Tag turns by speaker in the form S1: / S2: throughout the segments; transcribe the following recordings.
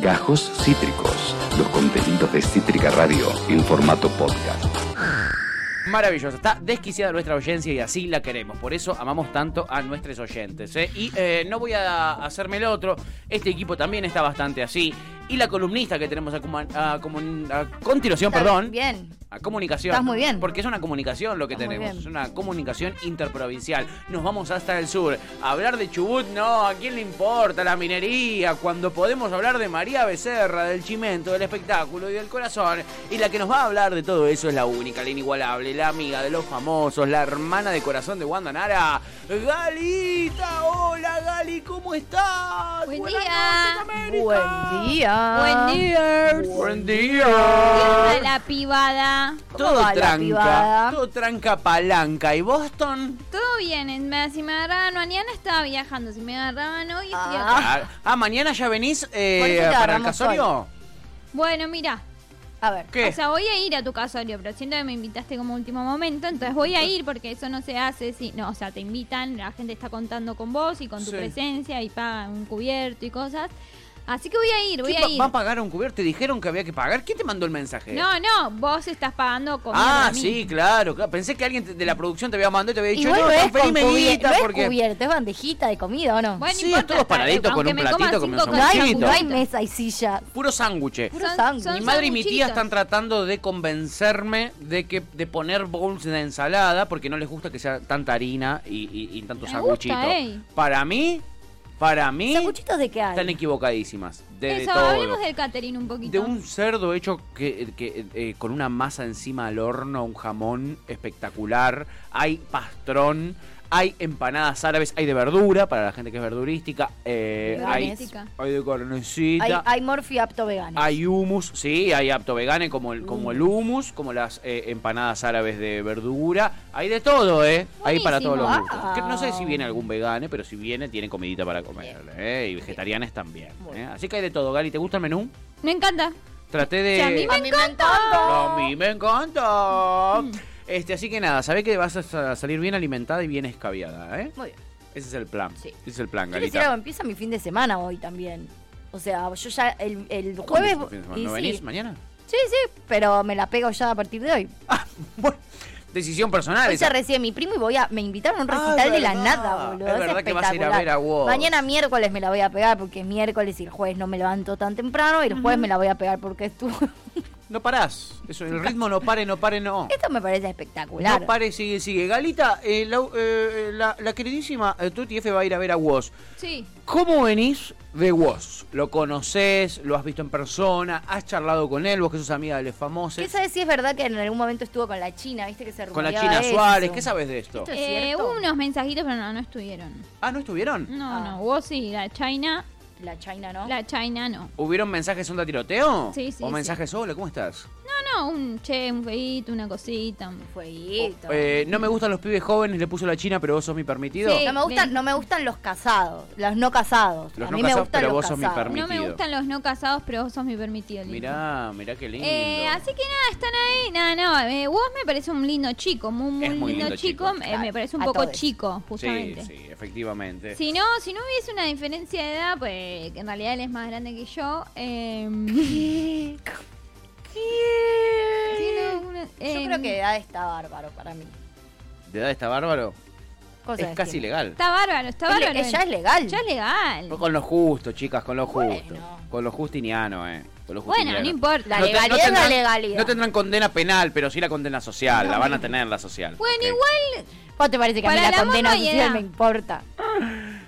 S1: Gajos Cítricos, los contenidos de Cítrica Radio en formato podcast.
S2: Maravilloso, está desquiciada nuestra audiencia y así la queremos. Por eso amamos tanto a nuestros oyentes. ¿eh? Y eh, no voy a hacerme el otro, este equipo también está bastante así. Y la columnista que tenemos a, comu- a comun- a continuación,
S3: Está
S2: perdón,
S3: Bien.
S2: a comunicación.
S3: Estás muy bien.
S2: Porque es una comunicación lo que
S3: Estás muy
S2: tenemos,
S3: bien.
S2: es una comunicación interprovincial. Nos vamos hasta el sur. Hablar de Chubut, no, ¿a quién le importa la minería? Cuando podemos hablar de María Becerra, del chimento, del espectáculo y del corazón. Y la que nos va a hablar de todo eso es la única, la inigualable, la amiga de los famosos, la hermana de corazón de Wanda Nara. Galita, hola Gali, ¿cómo estás?
S4: Buen
S2: Buenas
S4: día.
S2: noches, América.
S3: Buen día.
S4: Buen día.
S2: Buen
S4: A
S2: día.
S4: la pibada.
S3: ¿Cómo
S2: Todo
S3: va la
S2: tranca,
S3: pibada?
S2: todo tranca palanca. ¿Y Boston?
S4: Todo bien, en- me- si me agarraban mañana estaba viajando, si me agarraban hoy estoy
S3: Ah.
S4: acá.
S2: Ah, ah, mañana ya venís eh,
S3: Por eso te
S2: para el
S3: agarramos
S2: casorio.
S4: Bueno, mira,
S3: A ver.
S2: ¿Qué?
S4: o sea, voy a ir a tu casorio, pero siento que me invitaste como último momento, entonces voy a ir porque eso no se hace, si, no, o sea, te invitan, la gente está contando con vos y con tu
S2: Sí.
S4: presencia y pagan un cubierto y cosas. Así que voy a ir, voy
S2: ¿Quién
S4: a
S2: va,
S4: ir.
S2: va a pagar un cubierto? ¿Te dijeron que había que pagar? ¿Quién te mandó el mensaje?
S4: No, no, vos estás pagando comida
S2: ah,
S4: para mí.
S2: sí, claro, claro. Pensé que alguien te- de la producción te había mandado y te había dicho,
S3: Igual
S2: no,
S3: no es con
S2: transferime
S3: cubier-
S2: guita
S3: no es
S2: porque.
S3: cubierto, es bandejita de comida, ¿o no?
S4: Bueno,
S2: Sí,
S4: importa,
S2: todos paraditos con
S4: aunque
S2: un
S4: me coma
S2: platito, con
S4: cinco
S2: un
S3: no, hay,
S2: Sanguchito.
S3: no hay mesa y silla.
S2: Puro sándwiches.
S3: Puro
S4: Son-
S3: sándwich.
S4: son
S2: Mi madre y mi tía
S4: sanguchitos.
S2: están tratando de convencerme de que de poner bowls de ensalada porque no les gusta que sea tanta harina y, y- y tanto
S4: Me
S2: sanguchito.
S4: gusta, ey.
S2: Para mí, para mí,
S3: ¿Sanguchitos de qué hay?
S2: están equivocadísimas. De, de
S4: Eso,
S2: todo.
S4: hablemos del catering un poquito.
S2: De un cerdo hecho que, que, eh, con una masa encima al horno, un jamón espectacular. Hay pastrón, hay empanadas árabes, hay de verdura para la gente que es verdurística. eh, hay,
S4: Verdurística.
S2: hay de carnecita.
S3: Hay, hay morfi apto vegano.
S2: Hay humus, sí, hay apto vegane como el, como
S3: Mm.
S2: el humus, como las eh, empanadas árabes de verdura. Hay de todo, ¿eh? Hay para todos los
S4: Buenísimo.
S2: gustos. Que no sé si
S3: Ah.
S2: viene algún vegane, pero si viene, tiene comidita para comer. ¿eh? Y vegetarianes también. ¿eh? Así que hay de todo, Gali. ¿Te gusta el menú?
S4: Me encanta.
S2: Traté de.
S4: Si a mí me encanta.
S2: A mí me encanta.
S3: Mm.
S2: Este, así que nada, sabés que vas a sa- salir bien alimentada y bien escabiada, ¿eh?
S3: Muy bien.
S2: Ese es el plan.
S3: Sí.
S2: Ese es el plan,
S3: Yo les decía,
S2: Galita.
S3: empieza mi fin de semana hoy también. O sea, yo ya el, el
S2: ¿Vos
S3: jueves...
S2: cuándo es tu fin de semana?
S3: y
S2: ¿No
S3: sí.
S2: venís mañana?
S3: Sí, sí, pero me la pego ya a partir de hoy.
S2: Bueno, decisión personal.
S3: Hoy
S2: esa.
S3: se recién mi primo y voy a. Me invitaron a un
S2: Ah, es
S3: recital de la
S2: verdad.
S3: nada, boludo.
S2: Es verdad que vas a ir a
S3: espectacular.
S2: ver a Woz.
S3: Mañana miércoles me la voy a pegar porque es miércoles y el jueves no me levanto tan temprano y el jueves me la voy a pegar porque estuvo.
S2: No parás. Eso, el ritmo no pare, no pare, no.
S3: Esto me parece espectacular.
S2: No pare, sigue, sigue. Galita, eh, la, eh, la- la queridísima eh, Tuti F va a ir a ver a Woz.
S4: Sí.
S2: ¿Cómo venís de Woz? ¿Lo conoces? ¿Lo has visto en persona? ¿Has charlado con él? ¿Vos que sos amiga de los famosos?
S3: ¿Qué sabes si es verdad que en algún momento estuvo con la China? ¿Viste que se
S2: Con la
S3: rumoreaba
S2: China Suárez,
S3: eso?
S2: ¿qué sabes de esto?
S3: Esto es
S4: Eh,
S3: cierto.
S4: hubo unos mensajitos, pero no, no estuvieron.
S2: Ah, ¿no estuvieron?
S4: No,
S3: Ah.
S4: no, vos sí, la China,
S3: La China, ¿no?
S4: la China no.
S2: ¿Hubieron mensajes onda tiroteo?
S4: Sí, sí,
S2: ¿O
S4: sí.
S2: mensajes hola, cómo estás?
S4: No, no, un che, un feito, una cosita. un-
S3: Fueguito.
S2: Eh, no me gustan los pibes jóvenes, le puso la China, pero vos sos mi permitido.
S4: Sí.
S3: no, me gustan,
S4: ven.
S3: no me gustan los casados, los no casados.
S2: Los
S3: a
S2: no
S3: mí me
S2: casados,
S3: gustan
S2: pero
S3: los
S2: vos sos mi
S3: casados.
S2: permitido.
S4: No me gustan los no casados, pero vos sos mi permitido. lindo.
S2: Mirá, mirá qué lindo.
S4: Eh, así que nada, están ahí. Nada, no. eh, vos me parece un lindo chico, muy, muy,
S2: Es muy lindo
S4: chico.
S2: chico,
S4: eh,
S3: claro,
S4: me parece un
S3: a
S4: poco
S3: todes.
S4: chico,
S2: sí,
S4: justamente.
S2: sí, efectivamente.
S4: Si no, si no hubiese una diferencia de edad, pues que en realidad él es más grande que yo. Eh, sí, no, una-
S3: Yo
S4: eh,
S3: creo que de edad está bárbaro para mí.
S2: ¿De edad está bárbaro?
S3: Cosas
S2: es casi
S3: tiene.
S2: legal.
S4: Está bárbaro, está
S3: Es le-
S4: bárbaro.
S3: es- ya es legal.
S4: Ya es legal.
S2: Con lo justo, chicas, con lo justo.
S3: Bueno.
S2: Con lo justiniano, eh. Con lo
S4: Bueno,
S2: justiniano.
S4: no importa.
S3: La
S2: No te- no
S3: legalidad es la
S2: tendrán-
S3: legalidad.
S2: No tendrán condena penal, pero sí la condena social. la van a tener la social.
S4: Bueno,
S2: ¿ok?
S4: igual.
S3: ¿Vos te parece que a mí
S4: Para
S3: la
S4: el amor
S3: condena
S4: no hay
S3: social
S4: edad.
S3: me importa?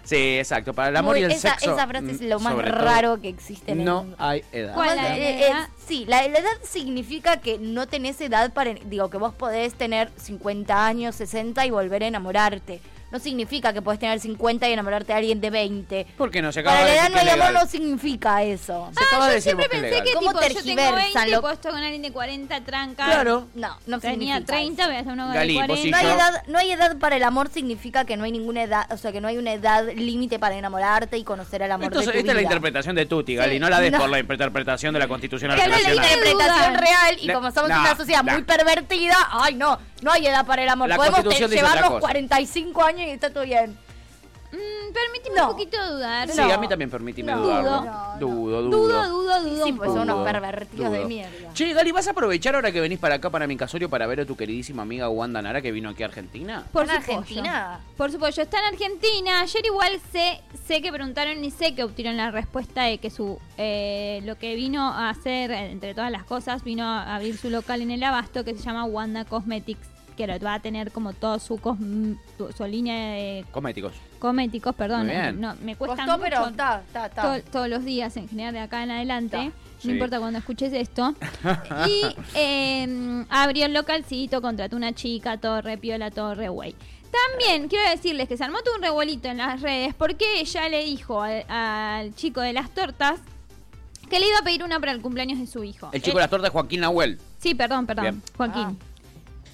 S2: Sí, exacto. Para el amor
S3: Muy-
S2: y el
S3: esa,
S2: sexo.
S3: Esa frase es
S2: mm,
S3: lo más
S2: sobre todo,
S3: raro que existe en
S2: No
S3: el mundo.
S2: hay edad.
S4: ¿Cuál?
S3: Además,
S4: la
S3: eh,
S4: edad?
S3: es- sí, la, la edad significa que no tenés edad para... Digo, que vos podés tener 50 años, 60 y volver a enamorarte. No significa que podés tener 50 y enamorarte de alguien de 20.
S2: Porque no se acaba
S3: Para la
S2: de
S3: edad
S2: decir
S3: no hay
S2: que es
S3: amor,
S2: legal.
S3: no significa eso.
S2: Se acaba de
S4: ah, yo
S2: decir
S4: siempre
S2: vos que es
S4: pensé que
S2: legal.
S3: ¿Cómo
S4: tipo, yo tengo 20
S3: tergiversan
S4: y
S3: lo-
S4: puedo estar con alguien de 40 tranca.
S2: Claro.
S3: No, no
S4: Tenía
S3: significa
S4: 30,
S3: eso.
S4: voy a hacer uno con
S2: Gali,
S4: de
S2: vos
S4: 40.
S2: sí,
S3: No hay,
S2: yo-
S3: edad, no hay edad para el amor, significa que no hay ninguna edad, o sea, que no hay una edad límite para enamorarte y conocer al amor
S2: Esto-
S3: de tu
S2: esta es la
S3: vida.
S2: interpretación de Tuti, Gali. No la des
S3: no.
S2: por la interpretación de la Constitución
S3: Que no es la
S2: Nacional.
S3: interpretación
S4: Dudar.
S3: real y
S2: La-
S3: como somos
S2: nah,
S3: una sociedad
S2: nah.
S3: muy pervertida, ay no, no hay edad para el amor.
S2: La
S3: Podemos
S2: Constitución
S3: te-
S2: dice otra cosa.
S3: llevarnos 45 años y está todo bien.
S4: Mm, permíteme
S3: No.
S4: un poquito dudar.
S2: Sí, a mí también permíteme
S3: No.
S2: dudarlo.
S3: Dudo.
S2: Dudo, dudo.
S4: Dudo, dudo,
S3: lo dudo.
S4: Sí,
S3: un pues son
S2: Dudo,
S3: unos pervertidos de
S2: dudo.
S3: mierda.
S2: Che, Gali, ¿vas a aprovechar ahora que venís para acá, para mi casorio, para ver a tu queridísima amiga Wanda Nara que vino aquí a Argentina?
S4: Por
S3: ¿Está en
S4: supuesto.
S3: Argentina?
S4: Por supuesto, está en Argentina. Ayer igual sé, sé que preguntaron y sé que obtuvieron la respuesta de que su eh, lo que vino a hacer, eh, entre todas las cosas, vino a abrir su local en el abasto que se llama Wanda Cosmetics, que lo- va a tener como toda su, cosm- tu- su línea de
S2: Cosméticos.
S4: cosméticos, perdón.
S2: Muy bien.
S4: No, me cuesta
S3: Costó, pero
S4: mucho
S3: está, está, está.
S4: to- todos los días, en general de acá en adelante.
S3: Ta.
S4: No
S2: Sí.
S4: importa cuando escuches esto. y eh, abrió el localcito, contrató una chica, torre, piola, torre, güey. También quiero decirles que se armó todo un revuelito en las redes porque ella le dijo al, al chico de las tortas que le iba a pedir una para el cumpleaños de su hijo. Eh,
S2: El
S3: Eh.
S2: chico de las tortas, Joaquín Nahuel,
S4: Sí, perdón, perdón.
S2: Bien.
S4: Joaquín.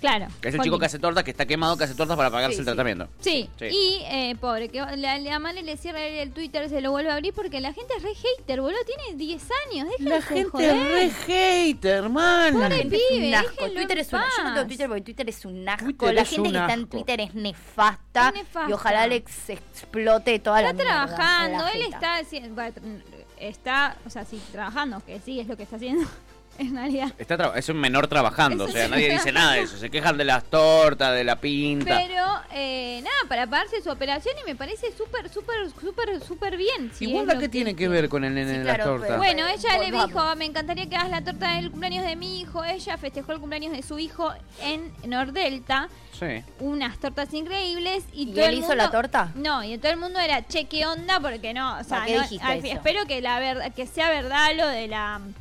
S4: Claro.
S2: que es el chico
S4: Joaquín.
S2: que hace tortas, que está quemado, que hace tortas para pagarse
S3: Sí,
S2: el
S3: sí.
S2: tratamiento.
S4: Sí,
S2: Sí.
S4: y eh, pobre, que la, la madre le cierra el Twitter, se lo vuelve a abrir porque la gente es re hater, boludo, tiene 10 años, déjense
S2: La gente
S4: joder.
S2: es re hate, hermana.
S4: Pobre
S3: La gente es
S4: pibe,
S3: un asco.
S4: déjenlo
S3: Twitter
S4: en
S3: es un asco. Yo no tengo
S4: paz.
S3: Twitter porque Twitter es un asco.
S2: Twitter
S3: la
S2: es
S3: gente
S2: un
S3: que está en
S2: asco.
S3: Twitter es nefasta.
S4: Es nefasta.
S3: Y ojalá le ex- explote toda la
S4: Está
S3: mierda en la
S4: trabajando, él
S3: jeta.
S4: está haciendo, va, tr- está, o sea, sí, trabajando, que sí es lo que está haciendo, en realidad.
S2: Está tra- es un menor trabajando,
S4: Es
S2: o sea,
S4: un
S2: nadie
S4: menor.
S2: dice nada de eso. Se quejan de las tortas, de la pinta.
S4: Pero, eh, nada, para pagarse su operación y me parece súper, súper, súper, súper bien. si
S2: ¿Y
S4: es
S2: Wanda
S4: lo
S2: qué tiene que ver con el nene
S3: Sí,
S2: de
S3: claro, pues,
S2: las tortas?
S3: pero-
S4: Bueno, ella le
S3: Ah. Volvamos.
S4: dijo, "Ah, me encantaría que hagas la torta del cumpleaños de mi hijo. Ella festejó el cumpleaños de su hijo en Nordelta.
S2: Sí.
S4: unas tortas increíbles y,
S3: ¿Y
S4: todo
S3: él
S4: el
S3: hizo
S4: mundo-
S3: la torta?
S4: No, y todo el mundo era che qué onda porque no, o sea,
S3: ¿Para qué
S4: no-
S3: dijiste
S4: al-
S3: eso?
S4: espero que la verdad que sea verdad lo de la mm,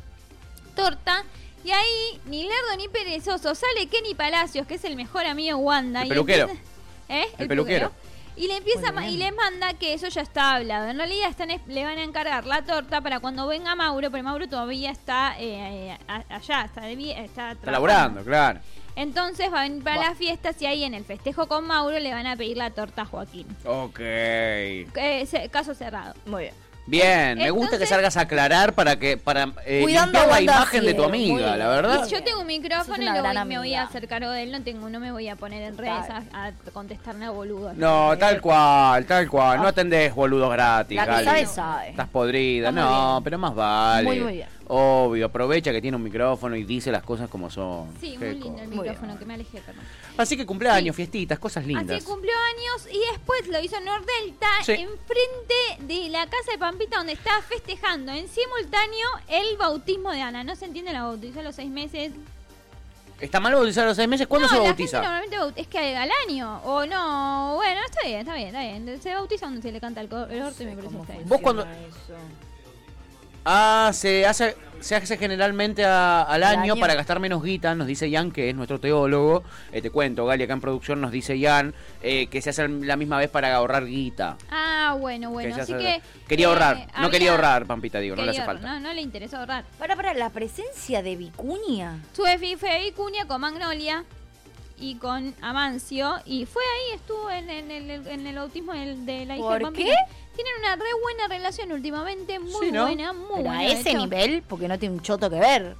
S4: torta. Y ahí ni Lerdo ni perezoso sale Kenny Palacios, que es el mejor amigo de Wanda.
S2: El
S4: y
S2: peluquero.
S4: empieza- ¿Eh?
S2: El peluquero.
S4: Y le
S3: Muy
S4: empieza ma- y
S3: bien.
S4: le manda que eso ya está hablado. En realidad están es- le van a encargar la torta para cuando venga Mauro, pero Mauro todavía está eh, eh, a- allá, está de vi- está,
S2: Está
S4: trabajando.
S2: laburando, claro.
S4: Entonces va a venir para
S3: Buah.
S4: las fiestas y ahí en el festejo con Mauro le van a pedir la torta a Joaquín.
S2: Ok.
S4: Eh, se- caso cerrado.
S3: Muy bien.
S2: Bien, me gusta
S4: Entonces-
S2: que salgas a aclarar para que para eh,
S3: Cuidando
S2: limpiar la
S3: Wanda
S2: imagen de tu
S3: Cielo, muy
S2: amiga,
S3: bien.
S2: la verdad.
S4: Y yo tengo un micrófono
S3: Sos
S4: y
S3: una
S4: lo voy-
S3: gran
S4: me voy
S3: amiga.
S4: a hacer cargo de él, no tengo, no me voy a poner en redes a, a contestarme a boludo.
S2: No, tal cual, tal cual. No atendés boludos gratis,
S3: La que
S2: Gali.
S3: sabe, sabe.
S2: Estás podrida.
S3: Está muy
S2: no,
S3: bien.
S2: pero más vale.
S3: Muy, muy bien.
S2: Obvio, aprovecha que tiene un micrófono y dice las cosas como son.
S4: Sí,
S2: Qué
S4: muy lindo el
S2: cosa.
S3: Muy
S4: micrófono, que me alejé, perdón.
S2: Así que cumpleaños, fiestitas, cosas lindas.
S4: Así cumplió años y después lo hizo en Nordelta,
S2: Sí.
S4: enfrente de la casa de Pampita, donde estaba festejando en simultáneo el bautismo de Ana. No se entiende, la bautizó a los seis meses.
S2: ¿Está mal bautizar a los seis meses? ¿Cuándo
S4: no,
S2: Pues se
S4: la
S2: bautiza?
S4: gente normalmente baut- es que al año. O no. Bueno, está bien, está bien, está bien. Se bautiza donde se le canta el, co- el orto y me parece que está bien.
S2: Vos cuando- Ah, se hace, se hace generalmente a- al
S3: Al
S2: año
S3: año.
S2: para gastar menos guita, nos dice Ian, que es nuestro teólogo. Eh, te cuento, Gali, acá en producción nos dice Ian eh, que se hace la misma vez para ahorrar guita.
S4: Ah, bueno, bueno.
S2: se
S4: Así
S2: hace-
S4: que.
S2: quería
S4: eh,
S2: ahorrar, no
S4: había-
S2: quería ahorrar, Pampita, digo, no le
S4: quería
S2: hace
S4: ahorrar,
S2: falta.
S4: No, no le interesó ahorrar.
S3: Para, para, la presencia de Vicuña.
S4: Estuve fi- fue ahí Cunia con Magnolia y con Amancio. Y fue ahí, estuvo en, en el, en el bautismo del- de, la hija
S3: ¿Por
S4: de Pampita. Tienen una re buena relación últimamente, muy
S2: Sí, ¿no?
S4: buena, muy
S3: Pero
S4: buena.
S3: a
S4: de
S3: ese
S4: hecho.
S3: nivel, porque no tiene un choto que ver.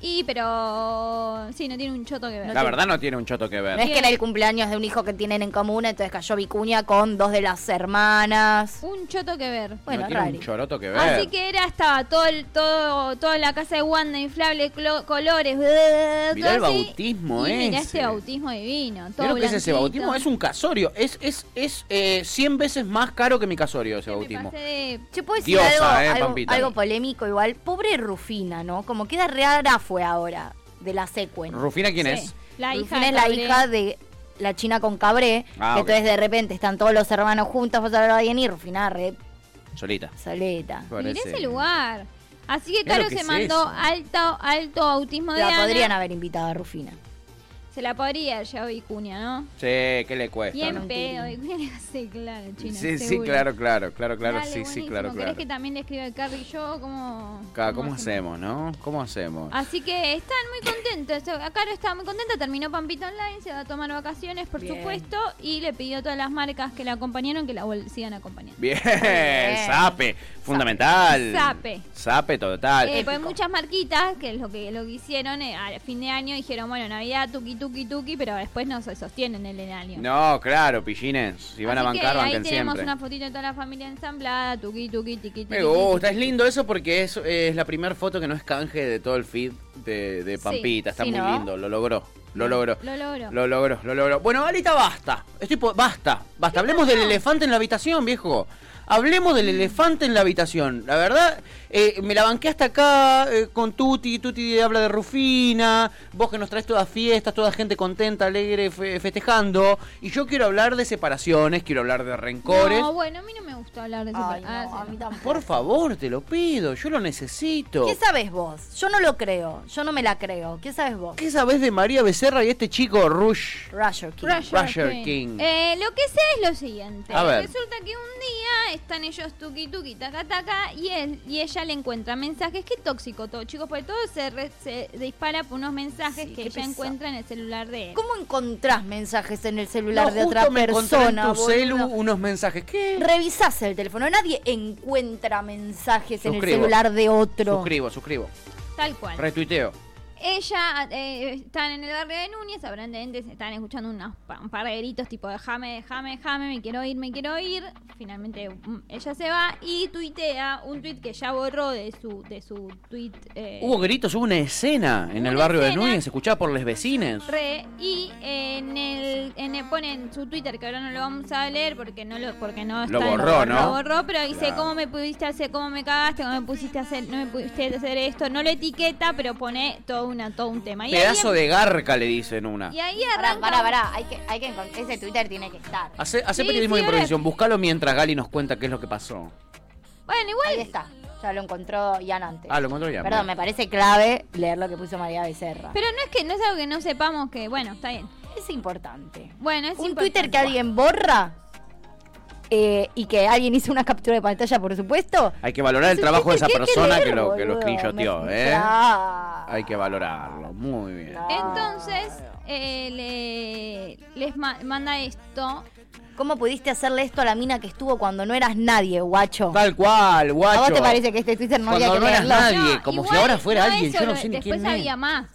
S4: Y pero. Sí, no tiene un choto que ver.
S2: La verdad no tiene un choto que
S3: No
S2: ver.
S3: es que era el cumpleaños de un hijo que tienen en común, entonces cayó Vicuña con dos de las hermanas.
S4: Un choto que ver.
S3: Bueno,
S2: no tiene
S3: rari.
S2: un choroto que ver.
S4: Así que era, estaba todo el, todo, toda la casa de Wanda, inflable, clo- colores. Mirá
S2: Mirá el bautismo
S4: y Mirá
S2: ese.
S4: este bautismo divino. Todo
S2: Creo que es ese
S4: blanquito.
S2: bautismo, es un casorio. Es, es, es eh, 100 veces más caro que mi casorio ese
S4: Me
S2: bautismo.
S4: pasé de-
S3: Che, puedo decir
S2: Diosa,
S3: algo,
S2: eh,
S3: algo-
S2: Pampita.
S3: algo polémico igual. Pobre Rufina, ¿no? Como queda re fue ahora, de la secuen.
S2: ¿Rufina quién
S4: sí,
S2: es?
S4: La hija
S3: Rufina es la hija de la China con Cabré.
S2: Ah,
S3: que
S2: ok.
S3: entonces de repente están todos los hermanos juntos, vos hablar bien y Rufina re
S2: Solita.
S3: soleta.
S4: Mirá
S2: Parece-
S4: ese lugar. Así que
S2: Mirá lo
S4: claro
S2: que
S4: se
S2: es
S4: mandó
S2: eso.
S4: alto, alto bautismo de
S3: La
S4: Ana.
S3: podrían haber invitado a Rufina.
S4: Se la podría ya Vicuña, ¿no?
S2: Sí, ¿qué le cuesta?
S4: Bien
S2: no?
S4: pedo, Vicuña le hace claro, chino.
S2: sí, sí,
S4: seguro.
S2: claro, claro, claro, claro,
S4: Dale,
S2: sí, sí,
S4: buenísimo.
S2: claro,
S4: ¿Querés
S2: claro.
S4: que también le escriba el Carrie yo? ¿Cómo,
S2: Ca- ¿Cómo hacemos, no? ¿Cómo hacemos?
S4: Así que están muy contentos. Caro está muy contenta. Terminó Pampita Online, se va a tomar vacaciones, por
S3: Bien.
S4: supuesto. Y le pidió a todas las marcas que la acompañaron que la vol- sigan acompañando.
S2: Bien,
S3: bien.
S2: sape, fundamental.
S4: Sape.
S2: Sape total.
S4: Eh, pues muchas marquitas, que es lo que, lo que hicieron eh, a fin de año, dijeron, bueno, Navidad, tuki tuki, tuki tuki, pero después no se sostienen el enalio.
S2: No, claro, pillines. Si van a
S4: Así que
S2: bancar,
S4: ahí
S2: banquen
S4: tenemos
S2: siempre.
S4: una fotito de toda la familia ensamblada, tuki tuki tiki
S2: Me
S4: tiki,
S2: gusta,
S4: tiki,
S2: es lindo eso porque es, es la primera foto que no es canje de todo el feed de, de
S4: Sí,
S2: Pampita. Está
S3: sí,
S2: muy
S3: ¿no?
S2: lindo, lo logró. Lo logró.
S4: Lo logró.
S2: Lo logró, lo logró. Bueno, Alita, basta. Estoy po- basta, basta. Hablemos del elefante en la habitación, viejo. Hablemos
S3: Mm.
S2: del elefante en la habitación. La verdad, eh, me la banqué hasta acá eh, con Tuti. Tuti habla de Rufina. Vos que nos traes todas fiestas, toda gente contenta, alegre, fe- festejando. Y yo quiero hablar de separaciones, quiero hablar de rencores.
S4: No, bueno, a mí no me gusta hablar de eso.
S3: Ay, no,
S4: Ah, sí,
S3: a mí
S4: no.
S3: tampoco.
S2: Por favor, te lo pido, yo lo necesito.
S3: ¿Qué sabes vos? Yo no lo creo. Yo no me la creo. ¿Qué sabes vos?
S2: ¿Qué sabés de María Becerra y este chico Rush?
S3: Roger King.
S4: Roger
S2: Roger King.
S4: Eh, lo que sé es lo siguiente.
S2: A ver.
S4: Resulta que un día están ellos tuki tuki, taca taca, y, él, y ella le encuentra mensajes. Qué tóxico todo, chicos, porque todo se, re- se dispara por unos mensajes
S3: Sí,
S4: que
S3: qué
S4: ella
S3: pesado.
S4: encuentra en el celular de él.
S3: ¿Cómo encontrás mensajes en el celular
S2: No,
S3: de otra
S2: justo me encontré
S3: persona?
S2: en tu
S3: boludo?
S2: celu unos mensajes. ¿Qué?
S3: Revisás el teléfono. Nadie encuentra mensajes en el
S2: Suscribo.
S3: celular de otro.
S2: Suscribo, suscribo.
S4: Tal cual.
S2: Retuiteo.
S4: Ella eh, están en el barrio de Núñez, aparentemente se están escuchando unos pa- un par de gritos tipo déjame, déjame, déjame, me quiero ir, me quiero ir. Finalmente mm, ella se va y tuitea un tuit que ya borró de su de su tuit eh,
S2: Hubo gritos, hubo una escena en
S4: Una
S2: el barrio
S4: escena.
S2: de Núñez, se escuchaba por los vecinos.
S4: re y en el, en el- pone en su Twitter que ahora no lo vamos a leer porque no lo porque no
S2: Lo
S4: está
S2: borró, ¿no?
S4: Lo borró, pero dice cómo me pudiste hacer, cómo me cagaste, cómo me pusiste a hacer, no me pudiste hacer esto, no lo etiqueta, pero pone todo una todo un tema. Y ahí
S2: Pedazo
S4: em-
S2: de garca le dicen una.
S4: y ahí
S3: Pará,
S4: arranca
S3: pará, pará. Hay que, hay que encon- Ese Twitter tiene que estar.
S2: Hace, hace
S4: Sí,
S2: periodismo
S4: sí,
S2: de
S4: ahora-
S2: improvisación, buscalo mientras Gali nos cuenta qué es lo que pasó.
S4: Bueno,
S3: Ahí
S4: igual.
S3: está. Ya lo encontró Ian antes.
S2: Ah, lo encontró ya.
S3: Perdón, me parece clave leer lo que puso María Becerra.
S4: Pero no es que no es algo que no sepamos que, bueno, está bien.
S3: es importante.
S4: Bueno, es
S3: un
S4: importante.
S3: Twitter que alguien borra eh, y que alguien hizo una captura de pantalla, por supuesto.
S2: Hay que valorar el
S3: Es un
S2: trabajo de esa
S3: Twitter hay
S2: persona Ah, que
S3: leer,
S2: lo, que lo
S3: boludo.
S2: screenshoteó,
S3: Me-
S2: ¿eh?
S3: Claro.
S2: Hay que valorarlo, muy bien.
S4: Entonces,
S2: Ah,
S4: eh, le- les ma- manda esto.
S3: ¿Cómo pudiste hacerle esto a la mina que estuvo cuando no eras nadie, guacho?
S2: Tal cual, guacho.
S3: ¿A vos te parece que este Twitter no había
S2: Cuando
S3: que
S2: no eras
S3: leerlo?
S2: nadie. como si ahora fuera
S4: no
S2: alguien,
S4: eso,
S2: yo no
S4: lo-
S2: sé ni
S4: Después
S2: quién es.
S4: había más.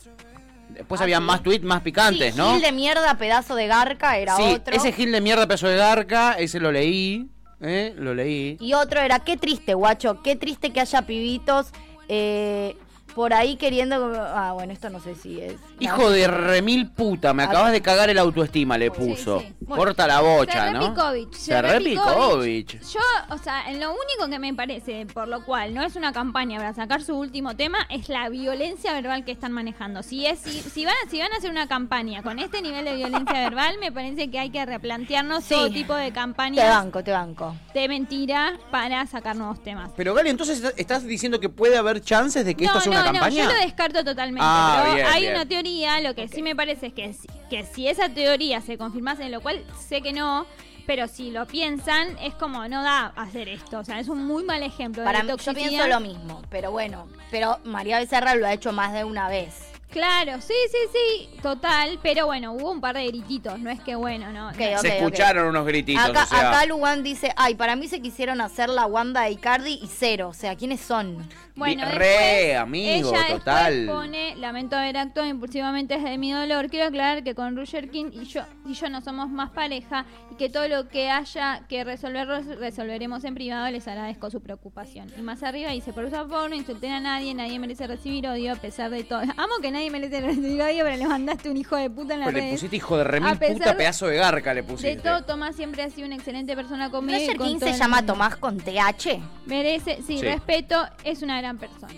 S2: Después había más tweets más picantes,
S3: Sí,
S2: ¿no?
S3: Gil de mierda, pedazo de garca, era
S2: sí,
S3: otro.
S2: ese Gil de mierda peso de garca, ese lo leí, ¿eh? Lo leí.
S3: Y otro era, qué triste, guacho, qué triste que haya pibitos eh, por ahí queriendo... Ah, bueno, esto no sé si es...
S2: Hijo de remil puta, me acabas de cagar el autoestima, le puso.
S4: sí.
S2: Corta la bocha,
S4: Cerré
S2: ¿no?
S4: Pikovic,
S2: Cerré
S4: cerré
S2: Pikovic.
S4: Pikovic. Yo, o sea, en lo único que me parece, por lo cual no es una campaña para sacar su último tema, es la violencia verbal que están manejando. Si es si, si van, a, si van a hacer una campaña con este nivel de violencia verbal, me parece que hay que replantearnos
S3: Sí.
S4: todo tipo de
S3: Te
S4: campañas
S3: banco, te banco.
S4: de mentira para sacar nuevos temas.
S2: Pero Gali, entonces est- estás diciendo que puede haber chances de que esto sea una campaña.
S4: No, yo lo descarto totalmente.
S2: Ah,
S4: pero
S2: bien,
S4: hay
S2: bien.
S4: una teoría, lo que sí me parece es que, si- que si esa teoría se confirmase, lo cual sé que no, pero si lo piensan, es como no da hacer esto. O sea, es un muy mal ejemplo
S3: Para
S4: de
S3: mí, yo
S4: toxicidad.
S3: pienso lo mismo, pero bueno. Pero María Becerra lo ha hecho más de una vez.
S4: Claro, sí, sí, sí, total. Pero bueno, hubo un par de grititos, no es que bueno, no.
S3: Ok,
S4: no.
S3: ok,
S2: Se
S3: ok.
S2: escucharon unos grititos,
S3: Acá,
S2: o sea.
S3: acá Luan dice, ay, para mí se quisieron hacer la Wanda de Icardi y cero. O sea, ¿quiénes son?
S4: Bueno,
S2: Re,
S4: después,
S2: amigo,
S4: ella después
S2: total.
S4: pone, lamento haber actuado impulsivamente desde mi dolor. Quiero aclarar que con Roger King y yo, y yo no somos más pareja y que todo lo que haya que resolver, res- resolveremos en privado. Les agradezco su preocupación. Y más arriba dice, por favor, no insulten a nadie. Nadie merece recibir odio a pesar de todo. Amo que nadie merece recibir odio, pero le mandaste un hijo de puta en la
S2: Pero Pues le
S4: red.
S2: pusiste hijo de remil
S4: A pesar
S2: puta,
S4: de-
S2: pedazo de garca le
S4: De
S2: pusiste.
S4: todo, Tomás siempre ha sido una excelente persona conmigo. y
S3: Roger
S4: con
S3: King
S4: todo
S3: se
S4: el
S3: llama
S4: mundo.
S3: Tomás con TH.
S4: Merece, sí,
S2: Sí.
S4: respeto, es una gran persona.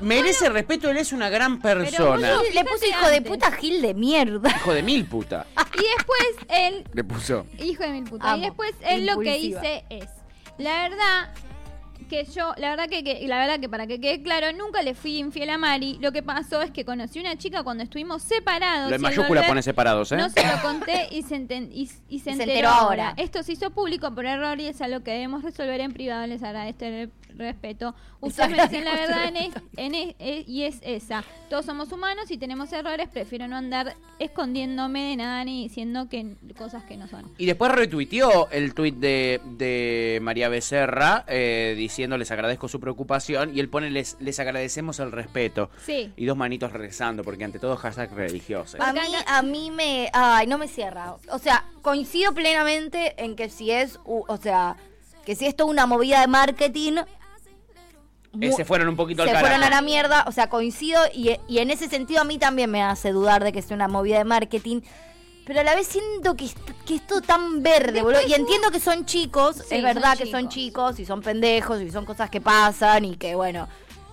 S2: Merece respeto, él es una gran persona.
S4: boludo,
S3: Le puso
S4: fíjate
S3: hijo de
S4: antes.
S3: puta Gil de mierda.
S2: Hijo de mil puta.
S4: Y después él
S2: Le puso.
S4: Hijo de mil puta. Y
S3: Amo.
S4: después él lo que
S3: Impulsiva.
S4: hice es, la verdad que yo, la verdad que, que- la verdad que para que quede claro, nunca le fui infiel a Mari. Lo que pasó es que conocí una chica cuando estuvimos
S2: Lo
S4: separados.
S2: en
S4: y al
S2: mayúscula
S4: volver
S2: pone separados, ¿eh?
S4: No se lo conté y se, enten- y, y se enteró ahora. Esto se hizo público por error y es algo que debemos resolver en privado. Les agradezco, respeto. Ustedes me dicen la verdad en es- en es- eh, y es esa. Todos somos humanos y tenemos errores. Prefiero no andar escondiéndome de nada ni diciendo que cosas que no son.
S2: Y después retuiteó el tuit de, de María Becerra eh, diciendo les agradezco su preocupación y él pone les, les agradecemos el respeto.
S4: Sí.
S2: Y dos manitos rezando porque ante todo hashtag religioso.
S3: A mí, a mí me. Ay, no me cierra. O sea, coincido plenamente en que si es. u- O sea, que si es toda una movida de marketing. mu-
S2: Eh, se fueron un poquito
S3: se
S2: al carajo.
S3: fueron a la mierda. O sea, coincido. Y, y en ese sentido, a mí también me hace dudar de que sea una movida de marketing. Pero a la vez siento que, est- que es todo tan verde, boludo. Y entiendo que son chicos.
S4: Sí,
S3: es verdad
S4: son
S3: que son
S4: chicos.
S3: chicos y son pendejos y son cosas que pasan y que, bueno.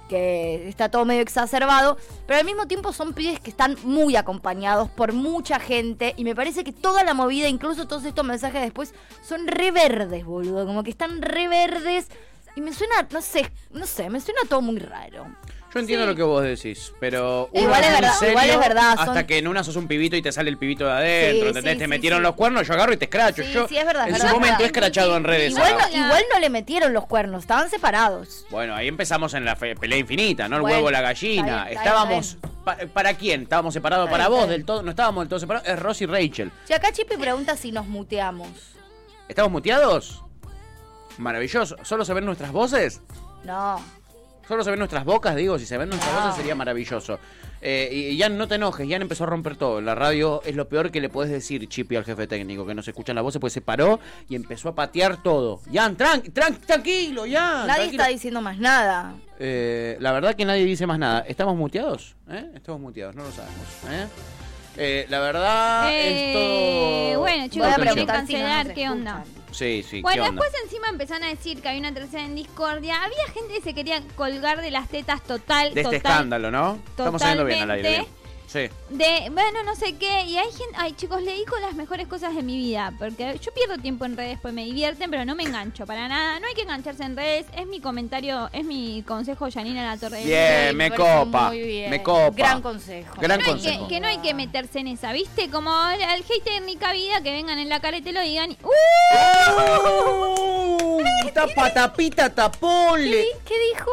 S3: Que está todo medio exacerbado, pero al mismo tiempo son pibes que están muy acompañados por mucha gente. Y me parece que toda la movida, incluso todos estos mensajes después, son re verdes, boludo. Como que están re verdes. Y me suena, no sé, no sé, me suena todo muy raro.
S2: Yo entiendo
S4: Sí.
S2: lo que vos decís, pero uno
S3: Igual es
S2: muy
S3: verdad,
S2: serio
S3: igual es verdad, son-
S2: Hasta que en una sos un pibito y te sale el pibito de adentro,
S3: Sí,
S2: ¿entendés?
S3: sí,
S2: te
S3: sí,
S2: metieron
S3: sí.
S2: los cuernos, yo agarro y te escracho.
S3: Sí,
S2: yo
S3: sí, es verdad,
S2: en
S3: es
S2: su
S3: verdad.
S2: momento he escrachado en redes.
S3: Igual
S2: ahora.
S3: no, igual no le metieron los cuernos, estaban separados.
S2: Bueno, ahí empezamos en la fe- pelea infinita, ¿no? El
S3: Bueno,
S2: huevo, la
S3: está
S2: gallina.
S3: bien, está
S2: estábamos.
S3: bien,
S2: pa- ¿Para quién? ¿Estábamos separados
S3: Está
S2: para
S3: bien,
S2: vos
S3: está
S2: del todo? No estábamos del todo separados. Es Ross y Rachel.
S3: Y acá Chipi pregunta si nos muteamos.
S2: ¿Estamos muteados? Maravilloso. ¿Solo se ven nuestras voces?
S3: No.
S2: Solo se ven nuestras bocas, digo. Si se ven nuestras
S3: No.
S2: voces sería maravilloso. Eh, y y Jan, no te enojes. Jan empezó a romper todo. La radio es lo peor que le puedes decir, Chipi, al jefe técnico. Que no se escuchan las voces, pues se paró y empezó a patear todo. Jan, tran- tran- tranquilo, Jan.
S3: Nadie
S2: Ah, tranquilo.
S3: está diciendo más nada.
S2: Eh, la verdad que nadie dice más nada. ¿Estamos muteados? ¿Eh? Estamos muteados, no lo sabemos. ¿eh? Eh, la verdad
S4: Eh,
S2: es todo...
S4: bueno,
S3: Voy
S4: chicos,
S3: a
S2: Atención.
S3: preguntar si no nos
S4: cancelar,
S3: escuchan.
S4: ¿qué onda?
S2: Sí, sí,
S4: Bueno,
S2: ¿qué onda?
S4: después encima empezaron a decir que había una tercera en discordia. Había gente que se quería colgar de las tetas total,
S2: De este
S4: total,
S2: escándalo, ¿no? Estamos saliendo bien al aire. bien.
S4: totalmente.
S2: Sí.
S4: de bueno, no sé qué. Y hay gente, ay chicos, leí con las mejores cosas de mi vida. Porque yo pierdo tiempo en redes, pues me divierten, pero no me engancho para nada. No hay que engancharse en redes. Es mi comentario, es mi consejo, Janina La Torre.
S2: Bien, me
S3: parece
S2: copa,
S3: muy bien.
S2: me copa.
S3: Gran consejo.
S2: Gran
S4: No hay que,
S2: consejo.
S4: que no hay que meterse en esa, ¿viste? Como al al hater de mi cabida, que vengan en la cara y te lo digan. y- ¡Uh!
S2: ¡Oh! Tapa, tapita, tapole.
S3: ¿Sí? ¿Qué dijo?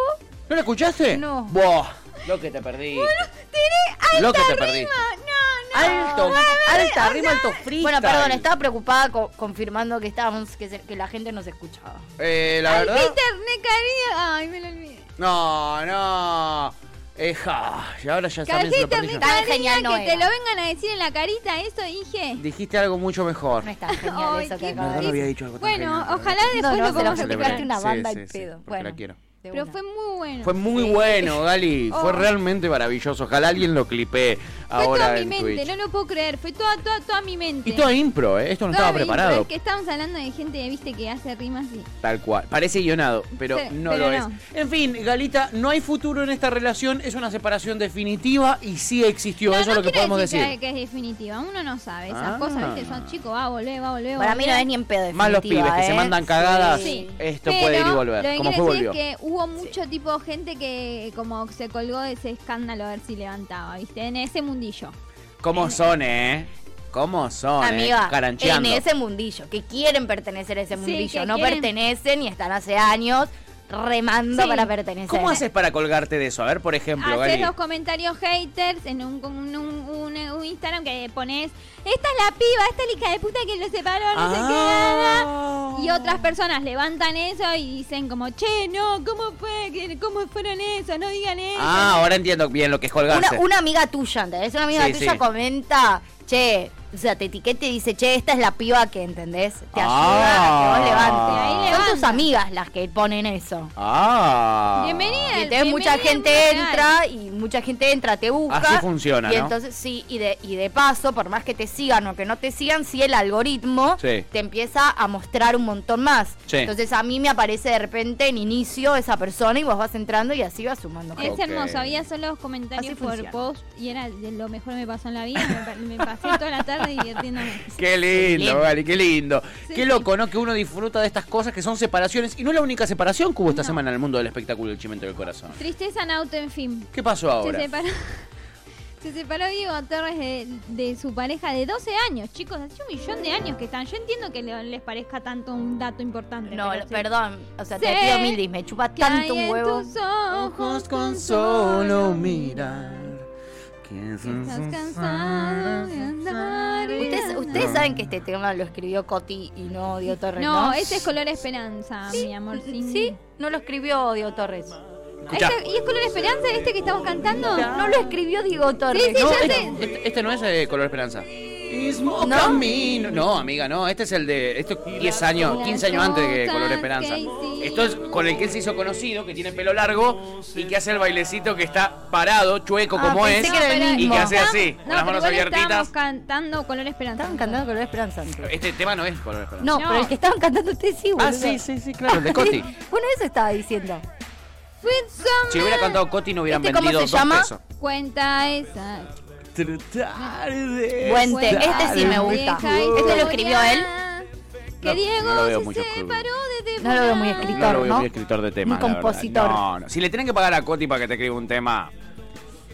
S2: ¿No lo escuchaste?
S3: No.
S2: Buah, lo que te perdí.
S4: ¡Tiré
S2: Lo que te
S4: alta
S2: perdiste.
S4: rima! ¡No, no!
S2: Alto, alta, arriba, alto freestyle.
S3: Bueno, perdón, estaba preocupada co- confirmando que estábamos, que, se- que la gente nos escuchaba.
S2: Eh, la
S4: Al
S2: verdad...
S4: hater me cabida. Ay, me lo olvidé.
S2: No, no. Eja, y ahora ya
S4: Que
S2: también
S4: al
S2: se lo
S4: hater
S2: perdí
S4: me
S2: yo.
S3: Tan
S4: cabida
S3: genial no
S4: que te
S3: era.
S4: lo vengan a decir en la carita, eso dije.
S2: Dijiste algo mucho mejor.
S3: No está genial
S4: Ay,
S3: eso que
S4: qué
S3: acaba
S2: No,
S3: de
S2: no
S3: decir.
S2: había dicho algo tan
S4: Bueno,
S2: genial, la
S4: ojalá
S2: verdad.
S4: después
S3: No,
S4: lo
S3: no, se
S4: podamos
S3: lo
S4: celebrar.
S3: celebraste una
S2: Sí,
S3: banda
S2: sí,
S3: al
S2: sí,
S3: pedo.
S2: porque
S3: bueno,
S2: la quiero.
S3: de
S4: Pero
S3: una.
S4: fue muy bueno.
S2: Fue muy bueno, Gali. Fue
S4: Oh.
S2: realmente maravilloso. Ojalá alguien lo clipee
S4: Fue toda
S2: ahora
S4: mi
S2: en
S4: mente,
S2: Twitch.
S4: no lo puedo creer. Fue toda, toda, toda mi mente.
S2: Y todo impro, ¿eh? Esto no
S4: Toda
S2: estaba
S4: mi-
S2: preparado.
S4: Es que estamos hablando de gente, viste, que hace rimas y...
S2: Tal cual. Parece guionado, pero
S4: Sí,
S2: no
S4: pero
S2: lo
S4: no.
S2: es. En fin, Galita, no hay futuro en esta relación. Es una separación definitiva y sí existió. Eso es lo que
S4: quiero
S2: podemos
S4: decir
S2: decir.
S4: Que, que es definitiva, uno no sabe esas
S2: Ah.
S4: cosas, viste, son chicos, va a volver, va a volver. va a
S3: Para mí no
S4: volver.
S3: es ni en pedo.
S2: Más los
S3: definitiva,
S2: pibes que se
S3: ¿eh?
S2: mandan cagadas. eh,
S4: Sí.
S2: Esto puede ir y volver,
S4: Lo que
S2: como
S4: quiero
S2: fue,
S4: decir
S2: volvió.
S4: es que hubo mucho tipo de gente que como se colgó de ese escándalo a ver si levantaba, viste, en ese mundillo.
S2: ¿Cómo son, eh? ¿Cómo son, eh?
S3: Amiga, en
S2: Carancheando.
S3: ese mundillo, que quieren pertenecer a ese
S4: Sí,
S3: mundillo,
S4: que
S3: no
S4: quieren.
S3: pertenecen y están hace años remando
S4: Sí.
S3: para pertenecer.
S2: ¿Cómo haces para colgarte de eso? A ver, por ejemplo,
S4: Haces
S2: Gali.
S4: los comentarios haters en un, un- un- un- un Instagram que pones, esta es la piba, esta es la hija de puta que lo separó, no sé qué. nada".
S2: Ah.
S4: Y otras personas levantan eso y dicen como, che, no, ¿cómo fue? que- ¿Cómo fueron eso? No digan eso.
S2: Ah, ahora entiendo bien lo que es
S3: Una,
S2: colgarse.
S3: una amiga tuya, ¿entendés? Una amiga
S2: Sí,
S3: tuya
S2: sí.
S3: comenta, che, o sea, te etiqueta y dice, che, esta es la piba que, ¿entendés? Te
S2: Ah.
S3: ayuda a que vos levantes.
S4: Ahí
S3: Son tus
S4: levanta.
S3: amigas las que ponen eso.
S2: Ah.
S4: Bienvenida.
S3: Y entonces mucha
S4: bienvenida
S3: gente
S4: al mundial.
S3: entra y mucha gente entra, te busca.
S2: Así funciona,
S3: Y
S2: ¿no?
S3: entonces sí, y de, y de paso, por más que te sigan o que no te sigan, sí el algoritmo
S2: Sí.
S3: te empieza a mostrar un montón más.
S2: Sí.
S3: Entonces a mí me aparece de repente en inicio esa persona y vos vas entrando y así vas sumando.
S4: Es
S2: Ok.
S4: hermoso, había solo los
S3: Así
S4: comentarios por
S3: funciona.
S4: post y era de lo mejor que me pasó en la vida. Me, pa- me pasé toda la tarde divirtiéndome.
S2: Qué lindo,
S3: lindo.
S2: Gali, qué lindo.
S4: Sí.
S2: Qué loco, ¿no? Que uno disfruta de estas cosas que son separaciones. Y no es la única separación que hubo esta semana en el mundo del espectáculo El Chimento del Corazón.
S4: Tristeza en auto, en fin.
S2: ¿Qué pasó ahora?
S4: Se separó. Se separó Diego Torres de, de su pareja de 12 años, chicos, hace un millón de años que están. Yo entiendo que le- les parezca tanto un dato importante.
S3: No,
S4: pero sí.
S3: perdón. O sea,
S4: Sé
S3: te pido mil dis, me chupa
S4: Que hay
S3: tanto un
S4: en
S3: huevo.
S4: tus ojos con solo Estás cansado de andar y
S3: Ustedes,
S4: andar.
S3: ustedes saben que este tema lo escribió Coti y no Dio Torres. No,
S4: No, ese es color esperanza, mi amor.
S3: Sí, no lo escribió Dio Torres.
S2: Escuchá.
S4: Este- ¿Y es color esperanza este que estamos cantando?
S3: No lo escribió Diego Torres.
S4: Sí, sí,
S2: No,
S4: ya
S2: este,
S4: sé.
S2: este- este no es eh, Color Esperanza. Mismo
S3: ¿No?
S2: camino. No, amiga, no. Este es el de esto es 10 años, 15 años antes que Color Esperanza.
S4: Las cosas que hiciste.
S2: Esto es con el que él se hizo conocido, que tiene pelo largo y que hace el bailecito que está parado, chueco
S3: Ah,
S2: como
S3: pensé
S2: es.
S3: que era el
S2: y
S3: mismo.
S2: que hace así,
S4: No,
S2: con las manos
S4: pero igual Estábamos
S2: abiertitas.
S4: cantando color esperanza.
S3: Estaban cantando Color Esperanza antes.
S2: Este tema no es Color Esperanza.
S3: No,
S4: No.
S3: pero el que estaban cantando ustedes sí, boludo.
S2: Ah, sí, sí, sí, claro, el de Coti.
S3: Bueno, eso estaba diciendo.
S4: With some
S2: Si hubiera cantado Coti no hubieran
S3: ¿Este cómo
S2: vendido
S3: se
S2: dos
S3: llama?
S2: pesos.
S4: Cuenta esa.
S2: Tratar de
S3: Puente,
S4: cuenta
S3: este sí me
S4: de
S3: gusta.
S4: vieja
S3: Este lo escribió
S4: historia
S3: él.
S4: Que
S2: No,
S4: Diego
S2: no lo veo
S4: se
S2: mucho escrito.
S4: separó de
S3: No lo veo muy
S4: Débora.
S3: escrito.
S2: No lo veo
S3: ¿no?
S2: muy escritor de temas.
S3: Un
S2: la verdad.
S3: compositor.
S2: No, no. Si le tienen que pagar a Coti para que te escriba un tema.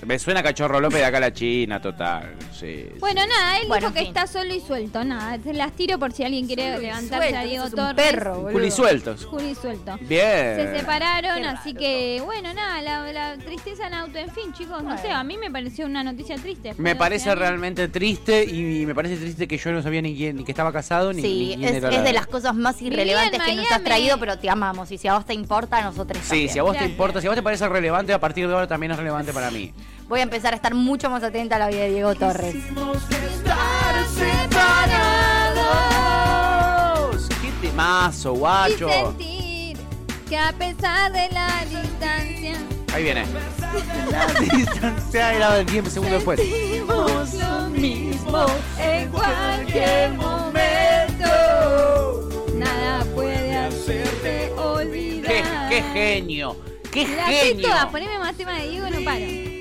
S2: Me suena Cachorro López de acá a la China, total. Sí. sí.
S4: Bueno, nada, él
S3: Bueno,
S4: dijo que
S3: en fin.
S4: está solo y suelto. Nada, se las tiro por si alguien quiere levantarse
S3: Suelto,
S4: a Diego
S3: sos un
S4: Torres.
S3: perro, boludo.
S2: Juli sueltos.
S4: Juli suelto.
S2: Bien.
S4: Se separaron,
S3: Qué
S4: así
S3: raro,
S4: que, bueno, nada, la, la tristeza en auto, en fin, chicos, no
S3: Bueno.
S4: sé, a mí me pareció una noticia triste.
S2: Me
S4: Pero,
S2: parece
S4: o sea,
S2: realmente triste y me parece triste que yo no sabía ni quién, ni que estaba casado ni,
S3: Sí,
S2: ni quién
S3: es,
S2: era
S3: es
S2: la-
S3: de las cosas más
S4: Viví
S3: irrelevantes
S4: en
S3: que nos has
S4: Miami.
S3: traído, pero te amamos. Y si a vos te importa, a nosotros
S2: Sí,
S3: también.
S2: si a vos
S4: Gracias.
S2: te importa, si a vos te parece relevante, a partir de ahora también es relevante para mí.
S3: Voy a empezar a estar mucho más atenta a la vida de Diego Torres.
S2: ¡Qué temazo,
S4: Y
S2: guacho!
S4: sentir que a pesar de la distancia,
S2: Ahí viene. La distancia era 10 segundos después.
S4: sentimos lo mismo en cualquier momento. Nada puede hacerte
S2: ¡Qué,
S4: olvidar.
S2: qué genio! ¡Qué
S4: La sé
S2: genio!
S4: todas, poneme más tema de Diego, no paro.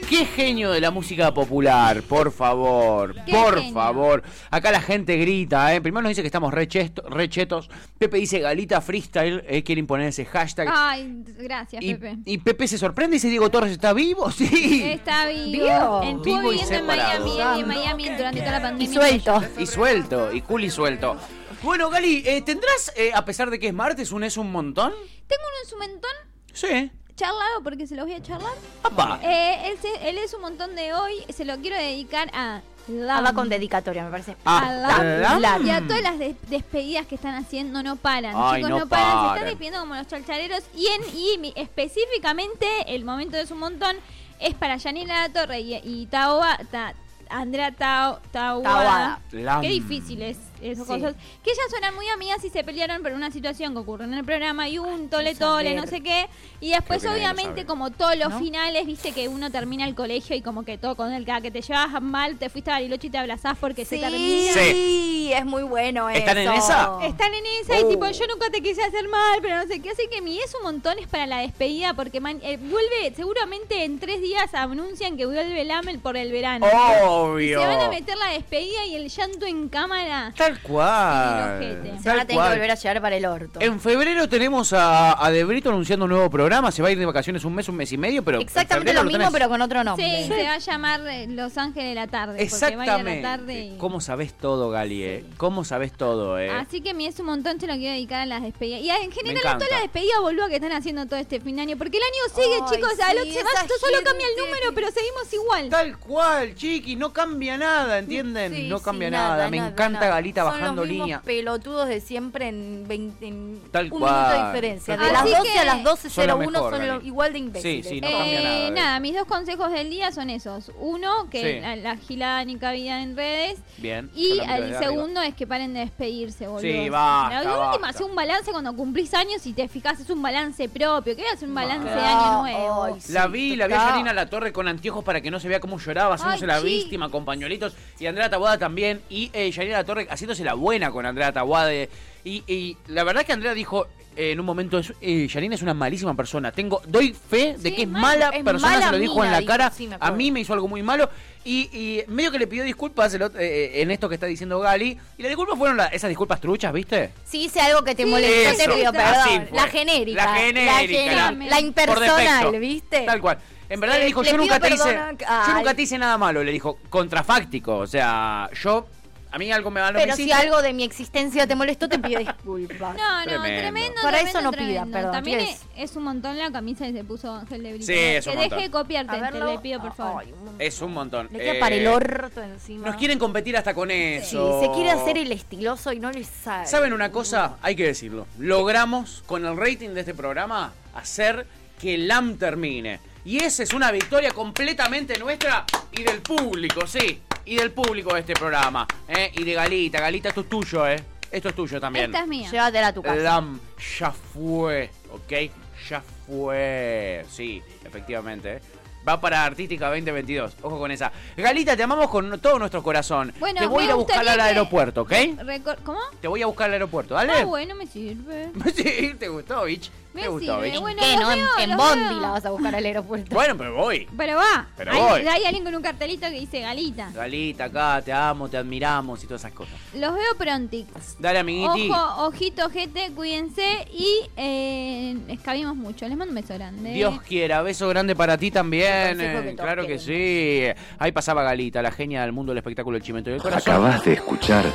S2: ¡Qué genio de la música popular! Por favor,
S4: Qué
S2: por
S4: genio.
S2: favor. Acá la gente grita, ¿eh? Primero nos dice que estamos rechetos. rechetos. Pepe dice Galita Freestyle, eh, quieren poner ese hashtag.
S4: Ay, gracias,
S2: y,
S4: Ah, Pepe.
S2: y Pepe se sorprende y dice, Diego Torres está vivo, sí.
S4: Está vivo.
S3: Vivo.
S4: Estuvo
S2: Vivo y
S4: viviendo en
S2: separado.
S4: Miami, él en Miami durante toda la
S3: Y
S4: pandemia.
S3: suelto.
S2: Y suelto, y culi suelto. Bueno, Gali, eh, ¿tendrás, eh, a pesar de que es martes, un es un montón?
S4: Tengo uno en su mentón
S2: Sí.
S4: charlado porque se los voy a charlar.
S2: Apa.
S4: Eh, él, se- él es un montón de hoy. Se lo quiero dedicar a
S3: Ah,
S4: Lam.
S3: va con dedicatoria, me parece.
S4: A
S2: Lam.
S4: Lam. Y a todas las des- despedidas que están haciendo, no paran.
S2: Ay,
S4: Chicos,
S2: no
S4: Mm. no, paran. Se
S2: paran.
S4: están despidiendo como los chalchaleros. Y, en, y mi- específicamente, el momento de su montón es para Yanila La Torre y, y Taoba. Ta- Andrea Tao, Taoada.
S3: Taboada.
S2: Lam.
S4: Eh, Qué difícil es esas
S3: Sí.
S4: cosas. Que ellas eran muy amigas y se pelearon por una situación que ocurrió en el programa y un tole tole, no sé qué. Y
S2: Creo
S4: después,
S2: que nadie lo
S4: obviamente,
S2: sabe.
S4: como todos los
S3: ¿No?
S4: finales, viste que uno termina el colegio y como que todo con el que te llevas mal, te fuiste a Bariloche y te abrazás porque se termina.
S3: sí, es muy bueno eso.
S2: ¿Están en esa?
S4: Están en esa y
S3: Oh.
S4: tipo, yo nunca te quise hacer mal, pero no sé qué. Así que mi es un montón es para la despedida porque man- eh, vuelve, seguramente en tres días anuncian que vuelve Lamel por el verano. Y se
S2: Oh, Obvio.
S4: van a meter la despedida y el llanto en cámara.
S2: Tal
S4: En el ojete.
S2: cual.
S3: Se van
S2: Tal
S3: a tener que
S2: cual.
S3: volver a llevar para el orto.
S2: En febrero tenemos a, a De Brito anunciando un nuevo programa. Se va a ir de vacaciones un mes, un mes y medio, pero. en
S3: Exactamente
S2: febrero
S3: lo mismo,
S2: tenés.
S3: pero con otro
S4: Sí,
S3: nombre.
S4: se va a llamar eh, Los Ángeles de la Tarde. Porque va a ir a la tarde.
S2: Exactamente.
S4: y-
S2: ¿Cómo sabes todo, Gali? eh? ¿Cómo sabes todo, eh?
S3: Ah,
S4: Así que mi es un montón, se lo quiero dedicar a las despedidas. Y a- en general a
S2: encanta.
S4: todas las despedidas boludas que están haciendo todo este fin de año. Porque el año sigue,
S3: Ay,
S4: chicos.
S3: sí,
S4: al otro se va,
S3: esa
S4: solo cambia el
S3: gente
S4: número,
S3: que-
S4: pero seguimos igual.
S2: Tal cual, chiqui, no cambia nada, ¿entienden?
S3: Sí,
S2: no
S3: sí,
S2: cambia nada, me
S3: nada,
S2: encanta
S3: nada.
S2: Galita
S3: Son
S2: bajando
S3: los mismos
S2: línea.
S3: pelotudos de siempre en, 20, en
S2: Tal
S3: un
S2: cual.
S3: minuto de diferencia.
S2: Tal
S3: De las
S4: cual.
S3: 12 a las
S4: Así que-
S3: 12.01
S2: Son lo mejor,
S3: son, lo-
S2: Dani.
S3: igual de imbéciles.
S2: Sí, sí, no
S4: Eh,
S2: cambia nada, ¿eh?
S4: mis dos consejos del día son esos. Uno, que
S2: Sí.
S4: la, la gilada ni cabida en redes.
S2: Bien. yo
S4: Y
S2: la miro
S4: el
S2: desde
S4: segundo es que paren de despedirse, boludo.
S2: Sí, basta,
S4: La última,
S2: basta.
S4: hace un balance cuando cumplís años y te fijas, es un balance propio. ¿Qué voy a hacer un balance de
S3: Ah,
S4: año nuevo?
S3: ay, sí,
S2: La vi, la vi a
S3: total.
S2: Yanina La Torre con anteojos para que no se vea cómo lloraba, haciéndose
S4: Ay,
S2: la
S4: sí.
S2: víctima con pañuelitos. Y Andrea Taboada también. Y eh, Yanina La Torre haciendo haciéndose la buena con Andrea Tahuade. Y, y la verdad que Andrea dijo eh, en un momento, es, eh, Janina es una malísima persona. Tengo, doy fe de
S4: Sí,
S2: que es
S4: mal-
S2: mala
S3: es
S2: persona,
S3: mala
S2: se lo dijo
S3: mina,
S2: en la
S3: dijo,
S2: cara.
S3: sí, me acuerdo.
S2: a mí me hizo algo muy malo. Y, y medio que le pidió disculpas el otro- eh, en esto que está diciendo Gali. Y las disculpas fueron la- esas disculpas truchas, ¿viste?
S3: Si hice algo que te molestó,
S2: Eso,
S3: te pido
S2: así
S3: perdón.
S2: fue.
S3: La genérica.
S2: La genérica,
S3: La,
S4: la-
S3: la
S2: Por defecto.
S3: impersonal, ¿viste?
S2: Tal cual. En verdad
S3: Eh,
S2: le dijo,
S3: le
S2: yo nunca,
S3: pido
S2: te hice,
S3: perdón a-
S2: yo
S3: ay.
S2: nunca te hice nada malo. Le dijo, contrafáctico. O sea, yo, a mí algo me va
S3: Pero si algo de mi existencia te molestó, te pido disculpas.
S4: No, no,
S2: Tremendo.
S4: tremendo. tremendo
S3: Por eso no
S4: tremendo.
S3: pida, perdón,
S4: También
S3: ¿qué
S4: es? es un montón la camisa que se puso Ángel de Brito.
S2: Sí, es un
S4: que
S2: montón.
S4: deje de copiarte,
S3: A
S4: te
S3: verlo.
S4: le pido por favor.
S3: Ay, un montón.
S2: Es un montón.
S3: Le queda
S2: Eh,
S3: para el orto encima.
S2: Nos quieren competir hasta con
S3: Sí,
S2: eso.
S3: se quiere hacer el estiloso y no le sale.
S2: ¿Saben una cosa? Hay que decirlo. Logramos con el rating de este programa hacer que el LAM termine. Y esa es una victoria completamente nuestra y del público, sí. Y del público de este programa. ¿eh? Y de Galita. Galita, esto es tuyo, ¿eh? Esto es tuyo también.
S4: Esta es mía.
S3: Llévatela a tu casa.
S2: LAM ya fue, ¿ok? Ya fue. Sí, efectivamente. ¿eh? Va para Artística 2022. Ojo con esa. Galita, te amamos con todo nuestro corazón.
S4: Bueno,
S2: te voy a
S4: me
S2: ir a buscar
S4: gustaría
S2: al
S4: que-
S2: aeropuerto, ¿ok?
S4: Recor- ¿Cómo?
S2: Te voy a buscar al aeropuerto, ¿dale?
S4: Ah, bueno, me sirve.
S2: sí, te gustó, bitch.
S4: Me
S2: te gustó,
S4: sirve,
S2: bitch.
S4: bueno.
S3: ¿Qué,
S4: los
S3: no? En,
S4: veo,
S3: en
S4: los
S3: Bondi
S4: veo.
S3: la vas a buscar al aeropuerto.
S2: Bueno, pero voy.
S4: Pero va.
S2: Pero
S4: hay,
S2: voy.
S4: hay alguien con un cartelito que dice Galita.
S2: Galita, acá, te amo, te admiramos y todas esas cosas.
S4: Los veo prontix.
S2: Dale, amiguiti.
S4: Ojo, ojito, gente, cuídense y eh, escabimos mucho. Les mando un beso grande.
S2: Dios quiera, beso grande para ti también.
S3: Consejo que
S2: eh,
S3: todos
S2: claro que sí. Ahí pasaba Galita, la genia del mundo del espectáculo del chimento y del corazón.
S1: Acabas de escuchar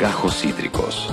S1: Gajos Cítricos.